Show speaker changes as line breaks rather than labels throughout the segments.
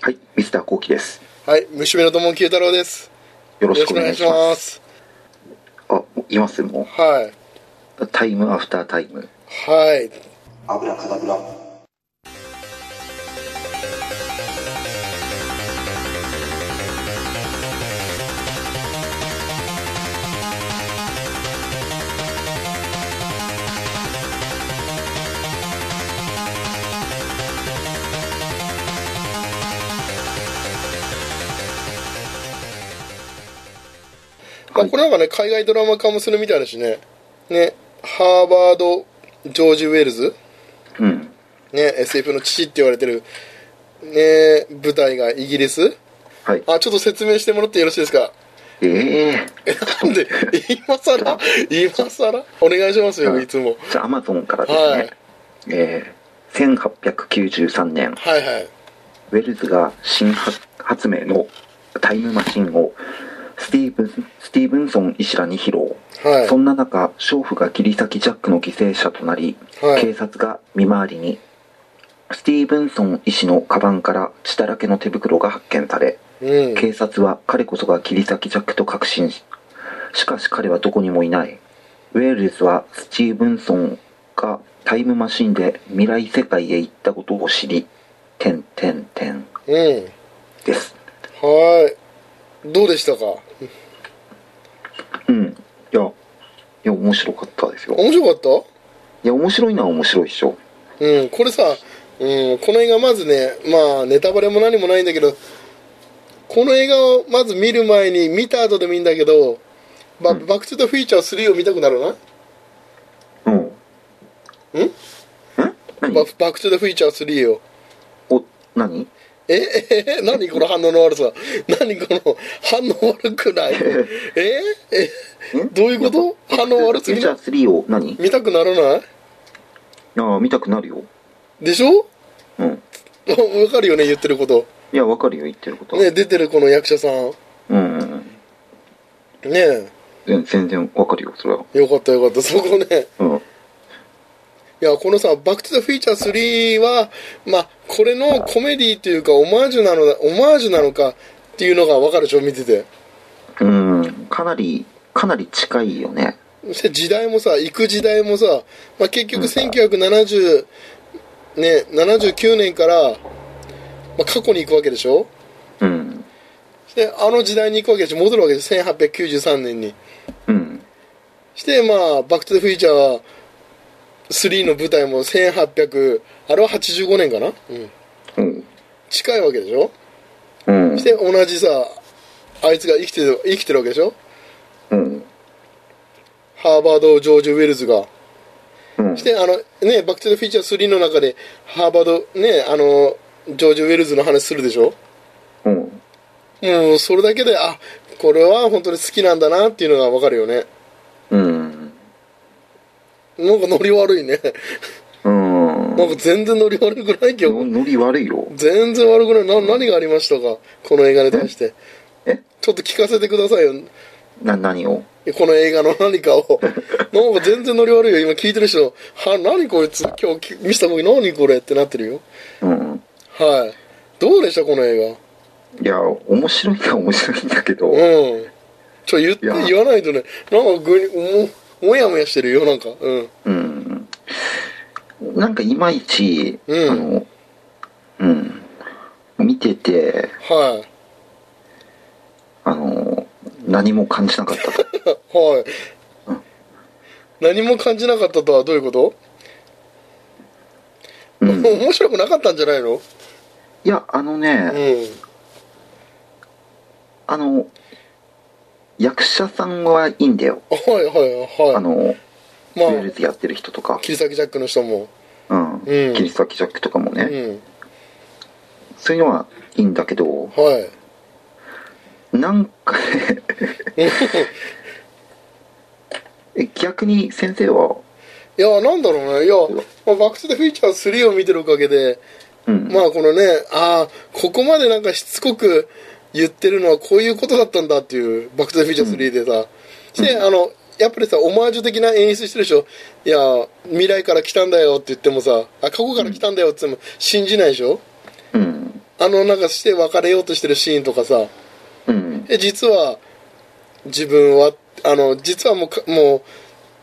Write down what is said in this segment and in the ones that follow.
はい、ミスターコウキです。
はい、虫目の友九太郎です。
よろ
よろ
し
し
くお
くお
願
願
い
い
し
し
ま。
ますす。
あ、もういますも
は
う。タイムアフタータイム。
い、はい、
油かだぶら
ま
は
あ、
い
これなんかね、海外ドラマ化もするみたいだしね。ね、ハーバード・ジョージ・ウェルズ、
うん。
ね、SF の父って言われてる、ね、舞台がイギリス。
はい。
あ、ちょっと説明してもらってよろしいですか。
ええ
え、なんで、今更今更お願いしますよ、いつも。
ー。じゃあ、アマゾンからですね。
はい
えー、1893年、
はいはい。
ウェルズが新発発明のタイムマシンをスティーブン、スティーブンソン医師らに披露。
はい
そ。んな中、娼婦が切り裂きジャックの犠牲者となり、
はい
警察が見回りに。スティーブンソン医師のカバンから血だらけの手袋が発見され、
うん。
警察は彼こそが切り裂きジャックと確信し、しかし彼はどこにもいない。ウェールズはスティーブンソンがタイムマシンで未来世界へ行ったことを知り、てんてんてん
うん。
です。
はい。どうでしたか
うん。いや、いや、面白かったですよ。
面白かった
いや、面白いのは面白いでしょ。
うん、これさ、うん、この映画まずね、まあネタバレも何もないんだけど、この映画をまず見る前に、見た後でもいいんだけど、ばバックトゥザフューチャー3を見たくなるな。
うん。ん
ん
何
ババックトゥザフューチャー3を。
お、何
えええ何この反応の悪さ。何この反応悪くない。ええ
ん
どういうこと反応悪すぎ
じゃ
な
あ3を何
見たくならない
ああ、見たくなるよ。
でしょ
うん。
わかるよね、言ってること。
いや、わかるよ、言ってることは。
ね、出てるこの役者さん。
うんうん
ね
うん。全然わかるよ、それは。
よかったよかった。そこね。
うん。
いや、このさ、バックトゥザフューチャー3は、まあ、これのコメディというか、オマージュなのだ、オマージュなのかっていうのがわかるでしょ、見てて。
うん、かなり、かなり近いよね。
そして時代もさ、行く時代もさ、まあ、結局1970、ね、79年から、まあ、過去に行くわけでしょ
うん、
そして、あの時代に行くわけでしょ戻るわけです、1893年に。
うん、
して、まあ、バックトゥザフューチャー3の舞台も1800、あれは85年かなうん。
うん、
近いわけでしょ
うん
し、て同じさあいつが生きてる生きてるわけでしょ
うん、
ハーバード・ジョージ・ウェルズが
うん
し、てあのねバック・トゥ・ザ・フィーチャー3の中でハーバードねあのジョージ・ウェルズの話するでしょ
うん。
もうそれだけであこれは本当に好きなんだなっていうのがわかるよね
うん、
なんかノリ悪いね
うん。
なんか全然ノリ悪くないけど
のノリ悪いよ。
全然悪くないな何がありましたかこの映画に対して
え
ちょっと聞かせてくださいよ
な、何を
この映画の何か をなんか全然ノリ悪いよ今聞いてる人は何こいつ今日き見せた時何これってなってるよ
うん。
はいどうでしたこの映
いや、面白いは面白いんだけど、
画うんちょ言って
いや
言わないとねなんかぐにももやもやしてるよなんかうん
うん。なんかいまいち、
うん
あの、うん。見てて、
はい
あの、何も感じなかった と。
はい何も感じなかったとはどういうこと、
うん。い
面白くなかったんじゃないの
や、あのね、
うん
あの、役者さんはいいんだよ。
はいはい
あ
はい
の、ウ
ま
ェル
あ
ズやってる人とか、
切り裂きジャックの人も
うん、切
うん
り裂きジャックとかもね、
うん
そういうのはいいんだけど、
はい
なんかね え、逆に先生は、
いやなんだろうねいや、まあ、バック・トゥ・ザ・フューチャー3を見てるおかげで、
うん、
まあこのねああここまでなんかしつこく言ってるのはこういうことだったんだっていうバック・トゥ・ザ・フューチャー3でさ、してあのやっぱりさオマージュ的な演出してるでしょいや未来から来たんだよって言ってもさあ過去から来たんだよって言っても信じないでしょ
うん、
あのなんかして別れようとしてるシーンとかさ
うん。
え実は自分はあの実はもうかも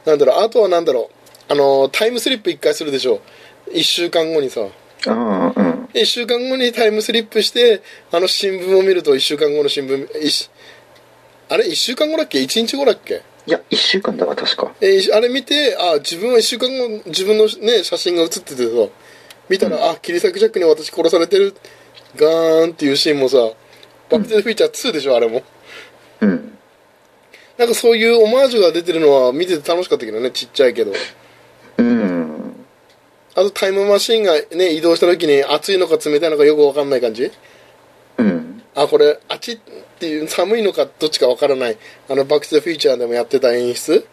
うなんだろうあとはなんだろうあのタイムスリップ1回するでしょ1週間後にさ
ああ、うん。
1週間後にタイムスリップしてあの新聞を見ると1週間後の新聞いしあれ1週間後だっけ1日後だっけ
いや、一週間だわ、確か。
えーあれ見てあ自分は1週間後自分の、ね、写真が写っててさ見たら、あ切り裂きジャックに私殺されてるガーンっていうシーンもさ「バック・トゥ・ザ・フューチャー2」でしょあれも
うん。
なんかそういうオマージュが出てるのは見てて楽しかったけどねちっちゃいけど
うん。
あとタイムマシンがね移動した時に暑いのか冷たいのかよく分かんない感じ
うん。
あこれあっちっていう寒いのかどっちか分からないあの「バック・トゥ・ザ・フューチャー」でもやってた演出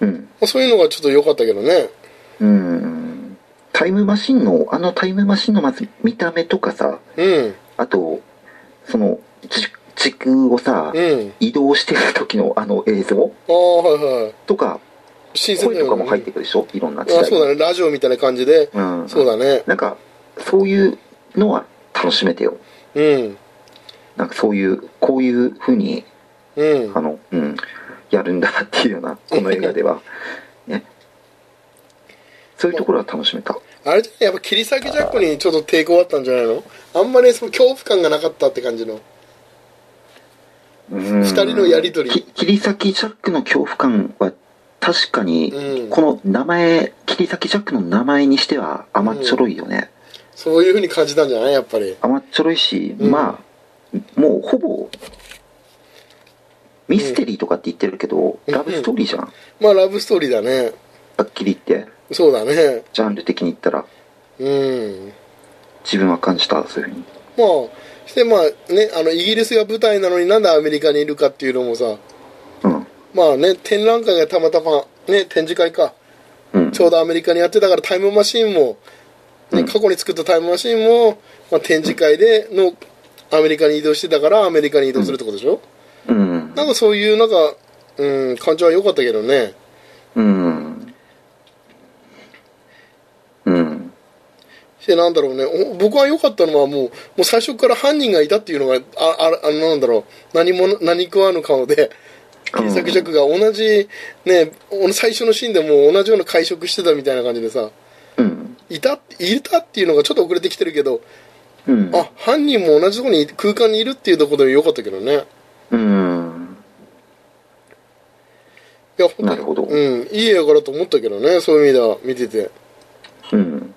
うん。
まあそういうのがちょっと良かったけどね
うん。タイムマシンの、あのタイムマシンのまず見た目とかさ、
うん
あと、その、じ時空をさ、
うん
移動してる時のあの映像
ああはいはい
とか、
新鮮
声
だよ
と
ね
かも入ってくるでしょいろんな時代
あそうだねラジオみたいな感じで、
うん。
そうだね
なんか、そういうのは楽しめてよ。
うん
なんかそういう、こういう風に、
うん
あの、うん、やるんだなっていうような、この映画では。ね。そういうところは楽しめた。
あれじゃねやっぱ切り裂きジャックにちょっと抵抗あったんじゃないのあんまりその恐怖感がなかったって感じの
二
二人のやりとり
切り裂きジャックの恐怖感は、確かに、
うん
この名前、切り裂きジャックの名前にしては甘っちょろいよね。
そういうふうに感じたんじゃないやっぱり
甘っちょろいし、
うん
まあ、もうほぼ、ミステリーとかって言ってるけど、
うん
ラブストーリーじゃん。
まあラブストーリーだね
はっきり言って、
そうだね
ジャンル的に言ったら、
うん
自分は感じた、そういうふうに。
まあしてまあねあのイギリスが舞台なのになんでアメリカにいるかっていうのもさ
うん。
まあね展覧会がたまたまね展示会か
うん。
ちょうどアメリカにやってたからタイムマシンも、ね過去に作ったタイムマシンも、まあ、展示会でのアメリカに移動してたからアメリカに移動するってことでしょ、
うん。
なんかそういうなんか、うん、感じは良かったけどね
うん。うん。
してなんだろうねお僕は良かったのはもうもう最初から犯人がいたっていうのがあああのなんだろう何も何食わぬ顔で
うん
金作弱が同じねお最初のシーンでもう同じような会食してたみたいな感じでさ
うん。
いたいたっていうのがちょっと遅れてきてるけど
うん。
あ犯人も同じとこに空間にいるっていうところで良かったけどね
うん。
いや本当に
なるほど
うん、いい映画だと思ったけどねそういう意味では見てて
うん。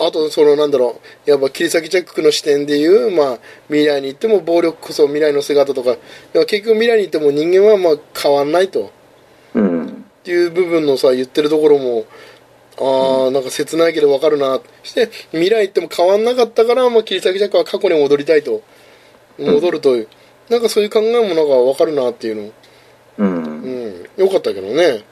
ああとそのなんだろうやっぱ切り裂きジャックの視点でいう、まあ、未来に行っても暴力こそ未来の姿とかでも結局未来に行っても人間はまあ変わんないと
うん。
っていう部分のさ言ってるところもあー、なんか切ないけどわかるなして未来行っても変わんなかったから、まあ、切り裂きジャックは過去に戻りたいと戻るという、なんかそういう考えもなんかわかるなっていうの
う。
うんんよかったけどね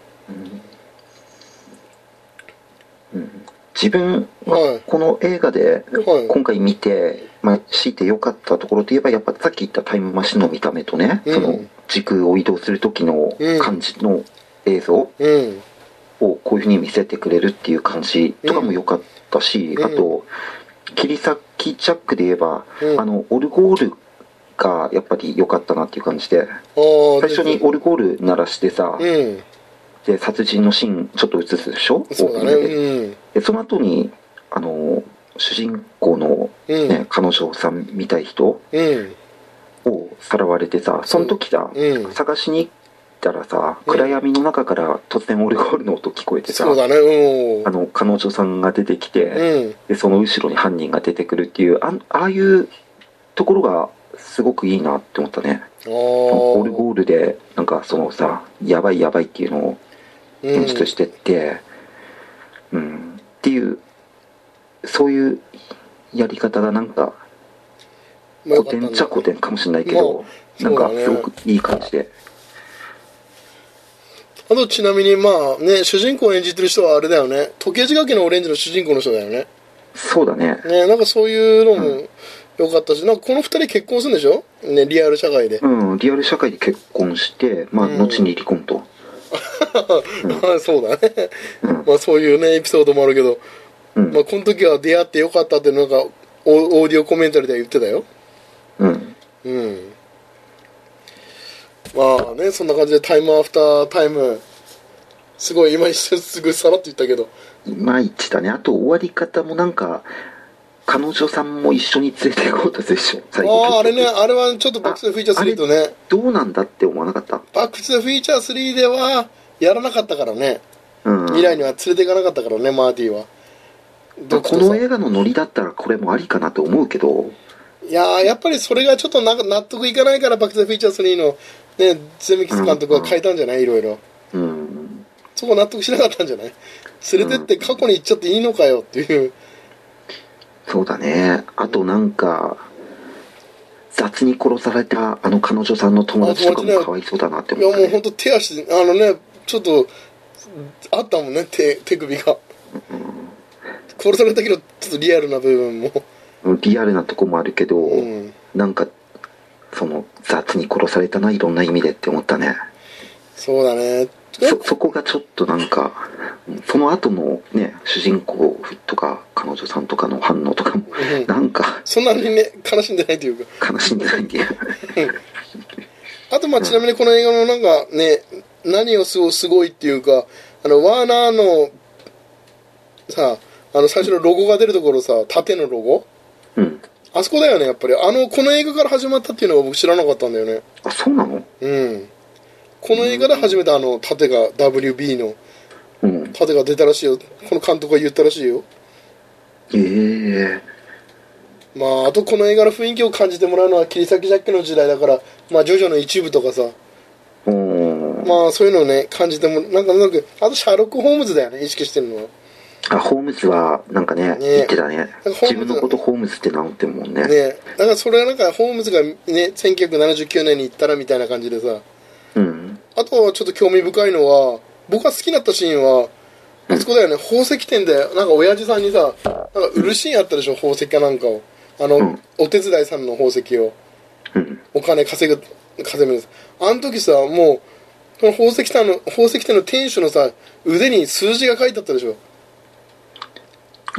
自分
はい
はこの映画で
はい
今回見て、まあ、強いて良かったところといえばやっぱさっき言ったタイムマシンの見た目とね、
うん
その時空を移動する時の
うん
感じの映像を
うん
こういうふうに見せてくれるっていう感じとかも良かったし、
うん
あと切り裂きジャックで言えば、
うん
あのオルゴールがやっぱり良かったなっていう感じで
あー
最初にオルゴール鳴らしてさ、
うん
で殺人のシーンちょっと映すでしょ
そうだね
オープニングで
うん
でその後にあの主人公の、
う
ね
ん
彼女さんみたい人
うん
をさらわれてさその時だ、
うん
探しに行ったらさ
うん
暗闇の中から突然オルゴールの音聞こえてさ、
そうだねうん
あの彼女さんが出てきて、
うん
でその後ろに犯人が出てくるっていうあんああいうところがすごくいいなって思ったね
あ
オル
ー
ゴールでなんかそのさやばいやばいっていうのを
うん
演出してって、うんっていうそういうやり方がなんか
まあ
古
よかった
典
ん
っ
だ
ちゃ古典かもしれないけど、な
まあ
んか
そうだね
すごくいい感じで、
あとちなみにまあね主人公を演じてる人はあれだよね時計仕掛けのオレンジの主人公の人だよね
そうだね
ねなんかそういうのも良かったしなんかこの二人結婚するんでしょねリアル社会で
うんリアル社会で結婚してまあ
うん
後に離婚と
まあそうだね
うん
まあそういうねエピソードもあるけど
うん
まあ、この時は出会ってよかったってなんかオオーディオコメンタリーでは言ってたよ
うん
うんまあねそんな感じでタイムアフタータイムすごい今一瞬すぐさらっと言ったけど
いまいちだねあと終わり方もなんか彼女さんも一緒に連れて行こうとするでしょ
あ
最後
ああれねあれはちょっとバックス・フューチャー3とね
どうなんだって思わなかった
バック・トゥ・フューチャー3ではやらなかったからね
うん
未来には連れていかなかったからねマーティーは
まあこの
い
映画のノリだったらこれもありかなと思うけど
やーやっぱりそれがちょっとなんか納得いかないからバック・トゥ・フューチャー3の、ね、ゼメキス監督は変えたんじゃないいろいろ
うん
そこ納得しなかったんじゃない連れてって過去に行っちゃっていいのかよっていう
そうだねあとなんか雑に殺されたあの彼女さんの友達とかもかわいそうだなって
い
思っ
や
た、
もう
ね
ほんと手足あのねちょっとあったもんね手手首が殺されたけどちょっとリアルな部分も
うんリアルなとこもあるけど、
うん
なんかその雑に殺されたないろんな意味でって思ったね
そうだね
そそこがちょっとなんかうんその後のね主人公とか彼女さんとかの反応とかも
うん
なんか
そんなにね悲しんでないというか
悲しんでないんだよ
あとまあちなみにこの映画のなんかね何をすごいすごいっていうかあのワーナーのさあの最初のロゴが出るところさ縦のロゴ
うん
あそこだよねやっぱりあのこの映画から始まったっていうのは僕知らなかったんだよね
あそうなの
うんこの映画で初めてあの縦が WB の
うん
縦が出たらしいよこの監督が言ったらしいよ
ええ
まああとこの映画の雰囲気を感じてもらうのは切り裂きジャッキの時代だからまあジョジョの一部とかさ
ー、おー
まあそういうのをね感じてもなんかなんかあとシャーロック・ホームズだよね意識してるのは
あホームズはなんかね
ね
言ってたね
ホームズ
自分のことホームズって名乗ってるもんね
ねだからそれはなんかホームズがね1979年に行ったらみたいな感じでさ
うん
あとはちょっと興味深いのは僕が好きだったシーンはあそこだよね宝石店でなんか親父さんにさなんか売るシーンあったでしょ宝石かなんかをあの、
ん
お手伝いさんの宝石を
うん
お金稼ぐ稼ぐんですあの時さもうこの宝石店の宝石店の店主のさ腕に数字が書いてあったでしょ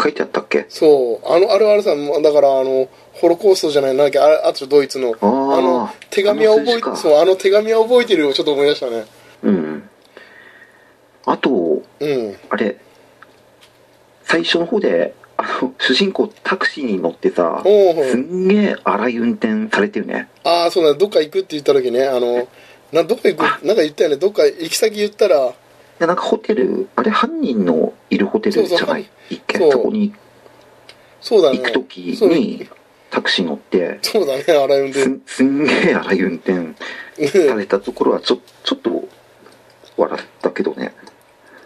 書いてあったっけ
そうあのあれはあれさもうだからあのホロコーストじゃないなんかああとドイツのあ
あー
の手紙は覚え
あの数字か
そうあの手紙は覚えてるをちょっと思い出したね
うんあと
うん
あれ最初の方であの主人公タクシーに乗ってさ
おうおう
すんげえ荒い運転されてるね
ああそうだどっか行くって言った時ねあのなどっか行くなんか言ったよねどっか行き先言ったら
でなんかホテルあれ犯人のいるホテルじゃない一軒
そう
そこに
そうだね
行く時
そう
にタクシー乗って
そうだね荒い運
す
転
んすんげえ荒い運転されたところはちょちょっと笑ったけどね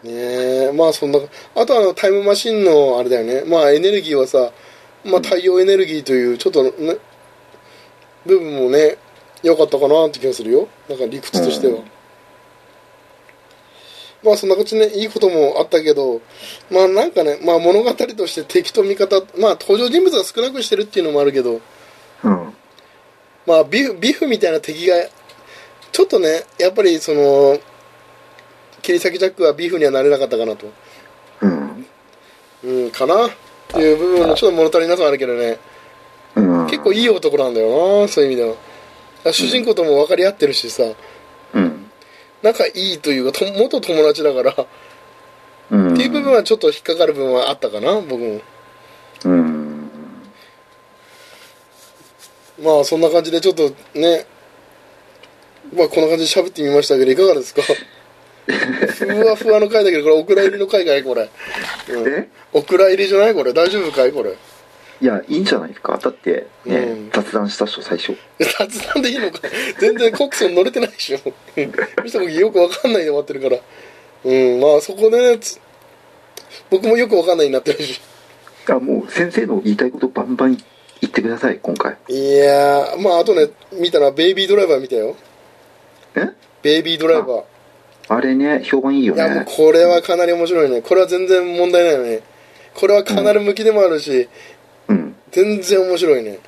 ねえまあそんなあとあのタイムマシンのあれだよねまあエネルギーはさ、まあ、太陽エネルギーというちょっとね部分もね良かったかなって気がするよなんか理屈としては、
うん
まあそんな感じでねいいこともあったけどまあなんかね、まあ、物語として敵と味方まあ登場人物が少なくしてるっていうのもあるけど
うん
まあビフビフみたいな敵がちょっとねやっぱりその切り裂きジャックはビフにはなれなかったかなと。
うん
うん、かなっていう部分のちょっと物足りなさはあるけどね
うん
結構いい男なんだよなそういう意味ではだから主人公とも分かり合ってるしさ
うん
仲いいというかと元友達だからっ
うん
ていう部分はちょっと引っかかる部分はあったかな僕も
うん
まあそんな感じでちょっとねまあこんな感じで喋ってみましたけどいかがですかふわふわの回だけどこれお蔵入りの回かいこれ、うん、
え
お蔵入りじゃないこれ大丈夫かいこれ
いやいいんじゃないですかだってね、
うん
雑談したっしょ最初
雑談でいいのか全然コックスに乗れてないでしょ見た時よくわかんないで終わってるからうんまあそこで、ね、つ僕もよくわかんないになってるし
あもう先生の言いたいことバンバン言ってください今回
いやーまああとね見たらベイビードライバー見たよ
え
ベイビードライバー
あれね評判いいよ
いやもう
ね
これはかなり面白いねこれは全然問題ないよねこれはかなり向きでもあるし、
うん
全然面白いね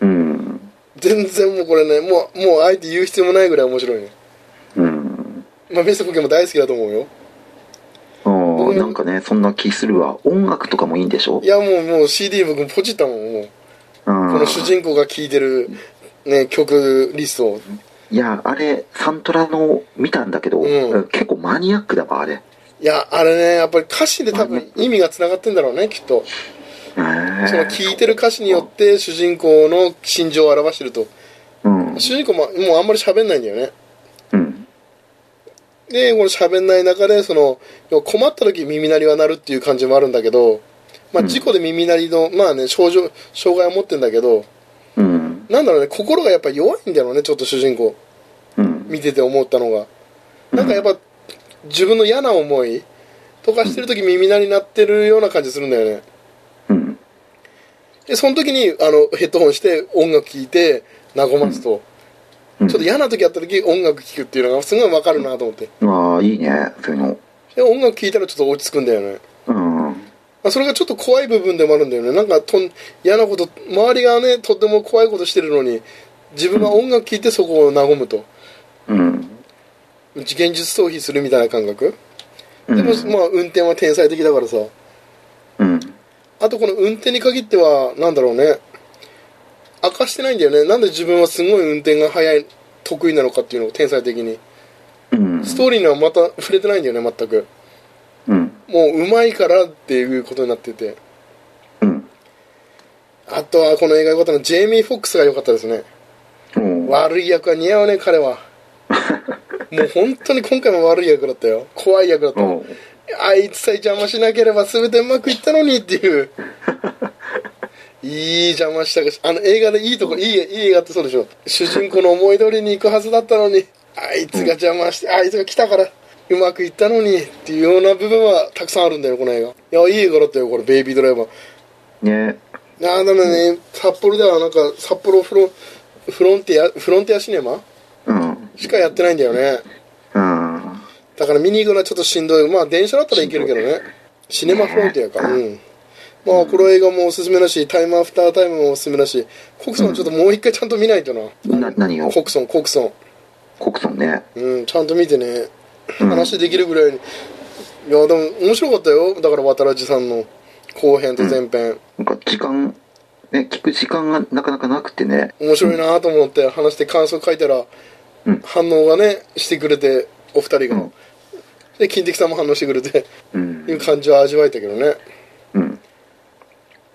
うん
全然もうこれねもうもうあえて言う必要もないぐらい面白いね
うん
まあミスコケも大好きだと思うよ
ああ
僕もうん
なんかねそんな気するわ音楽とかもいいんでしょ
いやもうもう CD 僕ポチったもんもう
うん
この主人公が聴いてる、ね、曲リストを
いやあれサントラの見たんだけど、
うん
結構マニアックだわあれへ
いやあれねやっぱり歌詞で多分意味がつながってんだろうねきっと
え
その聴いてる歌詞によって主人公の心情を表してると
うん
主人公ももうあんまり喋んないんだよね
うん
でこれ喋んない中でその要は困った時耳鳴りは鳴るっていう感じもあるんだけど、ま
う
あ、
ん
事故で耳鳴りの、まあね症状障害を持ってんだけど
うん
なんだろうね心がやっぱ弱いんだろうねちょっと主人公
うん
見てて思ったのがなんかやっぱ自分の嫌な思いとかしてる時耳鳴り鳴ってるような感じするんだよね
うん
でその時にあのヘッドホンして音楽聴いて和ますと、
うん
ちょっと嫌な時あった時音楽聴くっていうのがすごいわかるなと思って
ああいいねそういうの
で音楽聴いたらちょっと落ち着くんだよね
うん
まあ、それがちょっと怖い部分でもあるんだよねなんかとん嫌なこと周りがねとっても怖いことしてるのに自分が音楽聴いてそこを和むと
うん
現実逃避するみたいな感覚
うん
でも、まあ、運転は天才的だからさ
うん
あとこの運転に限ってはなんだろうね明かしてないんだよねなんで自分はすごい運転が速い得意なのかっていうのを天才的に
うん
ストーリーにはまた触れてないんだよね全く
うん
もう上手いからっていうことになってて
うん
あとはこの映画良かったのはジェイミー・フォックスが良かったですね
うん
悪い役は似合うね彼はもう本当に今回も悪い役だったよ怖い役だった、
うん
あいつさえ邪魔しなければ全てうまくいったのにっていういい邪魔したかしあの映画でいいとこいいいい映画ってそうでしょ主人公の思い通りに行くはずだったのにあいつが邪魔してあいつが来たからうまくいったのにっていうような部分はたくさんあるんだよこの映画いやいい映画だったよこれベイビードライバー
ね
ああでもね、札幌ではなんか札幌フロフロンティアフロンティアシネマ
うん
しかやってないんだよね
うん
だから見に行くのはちょっとしんどいまあ電車だったらいけるけどねシネマフロンティアかうんまあこの映画もおすすめだしタイムアフタータイムもおすすめだしコクソンちょっともう一回ちゃんと見ないとな、
な何を
コクソンコクソ
コクソンね
ンうんちゃんと見てね
うん
話できるぐらいに、いやでも面白かったよだから渡良瀬さんの後編と前編、
なんか時間ね聞く時間がなかなかなくてね
面白いなと思って話して感想書いたら、
うん
反応がねしてくれてお二人が、
うん
で金敵さんも反応してくれて
うん
いう感じは味わえたけどね
うん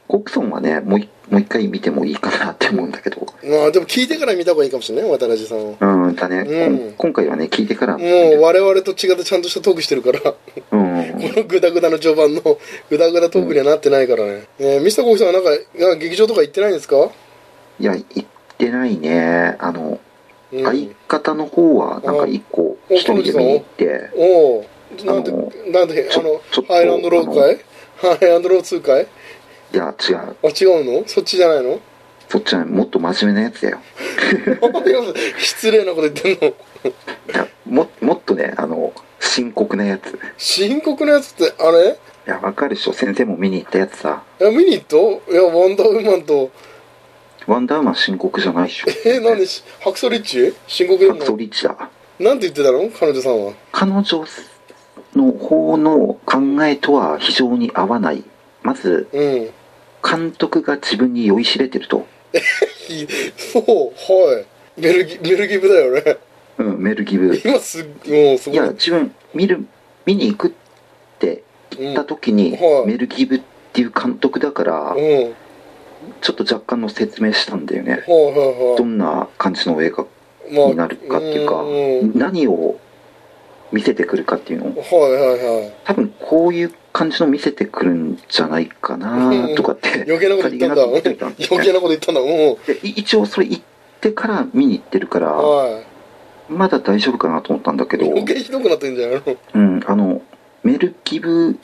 コクソンはねもういもう一回見てもいいかなって思うんだけど
まあでも聞いてから見た方がいいかもしれない渡良瀬さんをも
うんだね、
うん
こん今回はね聞いてから
う我々と違ってちゃんとしたトークしてるから こ
うん
のグダグダの序盤のグダグダトークにはなってないからね、ねえミスターコーヒーさんはなんかなんか劇場とか行ってないんですか
いや行ってないねあの、
うん
相方の方はなんか一個
うん
一人で見に行って
おおなんで
あの
なんであの
ちょっと
ハイランドロー会ハイランドロー2会
いや違う
あ違うのそっちじゃないの
そっちはもっと真面目なやつだよ
失礼なこと言ってんの
いやももっとねあの深刻なやつい
深刻なやつってあれ
やわかるでしょ先生も見に行ったやつさ
いや見に行ったいやワンダーウーマンと
ワンダーマン深刻じゃないでしょ
えなんでしハクソリッチ深刻で
ハク
もない
ソリッチだ
なんて言ってたの彼女さんは
彼女の方の考えとは非常に合わないまず
うん
監督が自分に酔いしれてると、
ひそうはいメルギメルギブだよね
うん、メルギブ
今すっもう
い
すごい
や自分見る見に行くって
う
行
ん
った時に、
うんはい
メルギブっていう監督だから、
うんはい
ちょっと若干の説明したんだよね、
は
どんな感じの映画
いはい
になるかっていうか、
ん
何を見せてくるかっていうのを
はいはいはい
多分こういう感じの見せてくるんじゃないかなとかって、
余計なこと言ったんだう
さりげなく言っ
ん
てたん
余
ですね
計なこと言ったんだうん
でい一応それ行ってから見に行ってるから
は
まだ大丈夫かなと思ったんだけ
い
ど、
余計ひどくなってんじゃないの
うん、あのメルギブ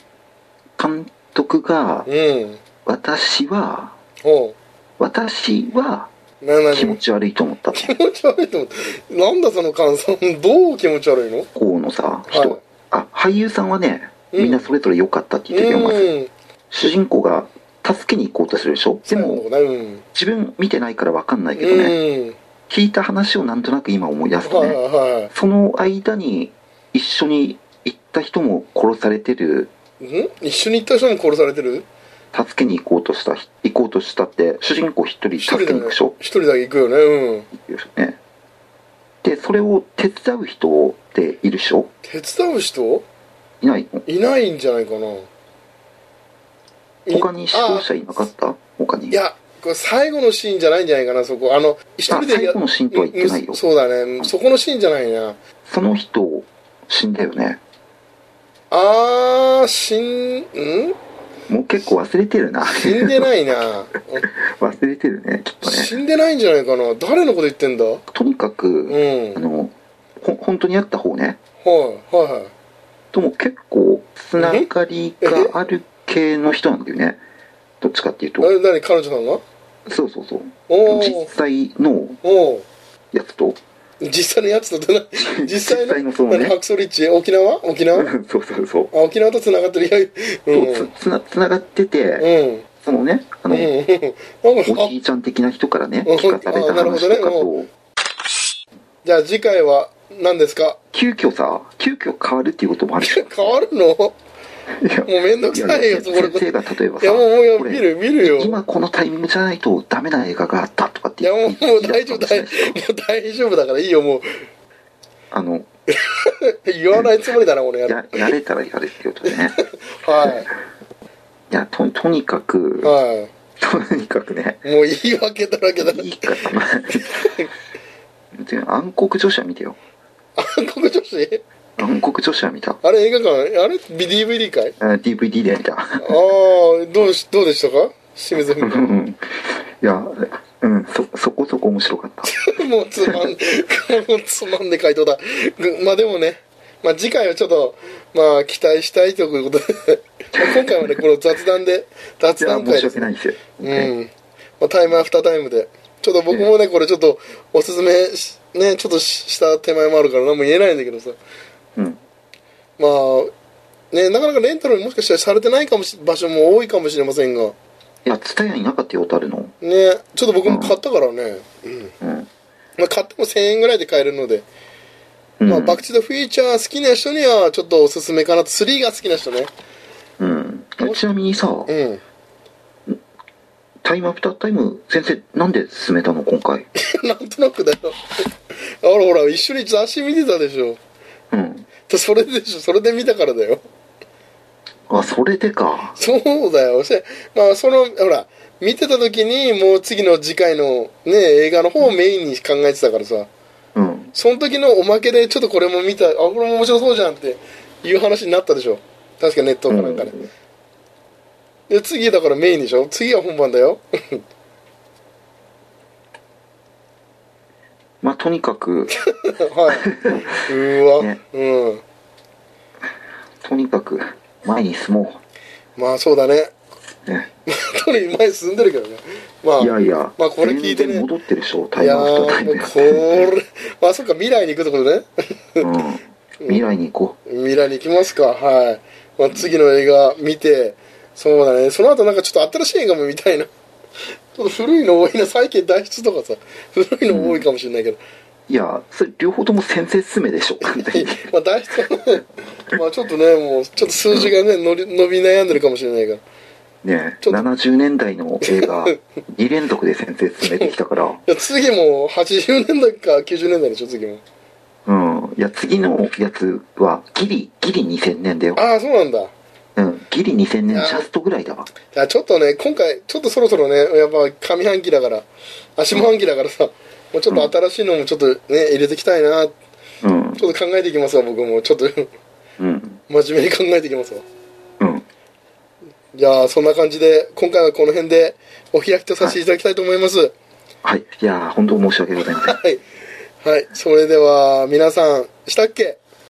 監督が
うん
私は
ほ
私は
うなな
気
に
持ち悪いと思ったと
気持ち悪いと思ってなんだその感想どう気持ち悪いの
こうのさ人、
はい
あ俳優さんはね
うん
みんなそれぞれ良かったって言ってたよ、まず
うん
主人公が助けに行こうとするでしょでも
そうだうん
自分見てないから分かんないけどね、
うん
聞いた話をなんとなく今思い出すと
はい
ね、
はい
その間に一緒に行った人も殺されてる
ん一緒に行った人も殺されてる
助けに行こうとしたひ行こうとしたって主人公一人
一人
助
だ
けに
ね
行くでし
一
ょ
人だけ行くよねうん
ねでそれを手伝う人っているでしょ
手伝う人
いないの
いないんじゃないかない
他に指導者いなかった他に
いやこれ最後のシーンじゃないんじゃないかなそこあの一人で
あ最後のシーンとは言ってないよ
うんそうだねそこのシーンじゃないな
その人死んだよね
あー死んん
もう結構忘れてるな
死んでないな
忘れてるねきっとね
死んでないんじゃないかな誰のこと言ってんだうん
とにかく、あ
はい
のほ本当にあった方ね
はいはい
とも結構つながりがある系の人なんだよねどっちかっていうと
え何彼女さんが
そうそうそう
お
実
ー
際の
おー
やつと
実際のやつとってな実際
実際
の
のそうね
何ハクソリッチ沖縄沖 縄あ
そうそうそう
沖縄と繋がってるいやうんうん
とつつなつながってて
うん
そのねあ
う
の
んなんか
おじいちゃん的な人からね
うん
聞かされた
あなるほ
話
どね
とかと
じゃあ次回は何ですか
急遽さ急遽変わるっていうこともあるじゃん
変わるのも
い や
うめんどくさいよそこら
先生が例えば
い
さ
やもうも
こ
う
れ
見る見るよ
今このタイミングじゃないとダメな映画があったとかっ
い
て
や
言
もう
って
もう大丈夫大もう大丈夫だからいいよもう
あの
言わないつもりだな俺やる
ややれたらやれってことで ね
はい
やととにかく
いは
とにかくね
いもう言い訳だらけだ
いいからまあで 暗黒女子は見てよ
韓国女子
暗黒女子は見た
あれ映画館あれ DVD かい
あ DVD で見た
ああどうしどうでしたか清水文
うんいやうんそそこそこ面白かった
もうつまんもうつまんで回答だぐまあでもねまあ次回はちょっとまあ期待したいということでまあ今回はねこの雑談で雑
いや
談
申
会
し
で
訳
す
ないですよ、
うんまあ、タイムアフタータイムでちょっと僕もねこれちょっとおすすめしねちょっとしした手前もあるから何も言えないんだけどさ
うん
まあねなかなかレンタルもしかしたらされてないかもし場所も多いかもしれませんが
いや蔦屋になかったよたるの
ねちょっと僕も買ったからね、うん
うん、
まあ、買っても1000円ぐらいで買えるので、
うん
まあ、バックチューザフューチャー好きな人にはちょっとおすすめかなと3が好きな人ね
うん、ちなみにさ、
うん
タイムアフタータイム先生なんで進めたの今回
なんとなくだよあほらほら一緒に雑誌見てたでしょ
うん
それでしょそれで見たからだよ
あそれでか
そうだよ。せまあ、その、ほら、見てた時に、もう次の次回のね、映画の方をメインに考えてたからさ、
うん
その時のおまけで、ちょっとこれも見た、あ、これも面白そうじゃんっていう話になったでしょ。確かネットかなんかね。
うん
で、次だからメインでしょ次は本番だよ。
まあとにか く
はい。うーわ、
ね
うん。
とにかく前に進も
まあ、そうだね。
う、ね、
とにかく前に進んでるけどね。まあ、
いやいや、
まあこれ聞いて
全
ね
然戻ってるでしょタ
い
イム
や
アフタータイ
ー
ム
もうこれ、まあ、そっか、未来に行くってことね。
うん、未来に行こ
未来に行きますかはい、まあ、次の映画見てそうだねその後なんかちょっと新しい映画も見たいな ちょっと古いの多いな最近脱出とかさ古いの多いかもしれないけど、
ういやそれ両方とも先生進めでしょ完全に
まあ脱出はね まあちょっとねもうちょっと数字がね伸び伸び悩んでるかもしれないから
ね
ちょっと
70年代の映 画2連続で先生進めてきたから
いや次も80年代か90年代でしょ次も
うんいや次のやつはギリギリ2000年だよ
ああそうなんだい
うんギリ2000年ジャストぐらいだわ
やちょっとね今回ちょっとそろそろねやっぱ上半期だから足下半期だからさもうちょっと新しいのもちょっとね入れていきたいな
うん
ちょっと考えていきますわ僕もちょっと
うん
真面目に考えていきますわ
うん
じゃあそんな感じで今回はこの辺でお開きとさせていただきたいと思いますはい、
はいいやー本当申し訳ございません
はいそれでは皆さんしたっけ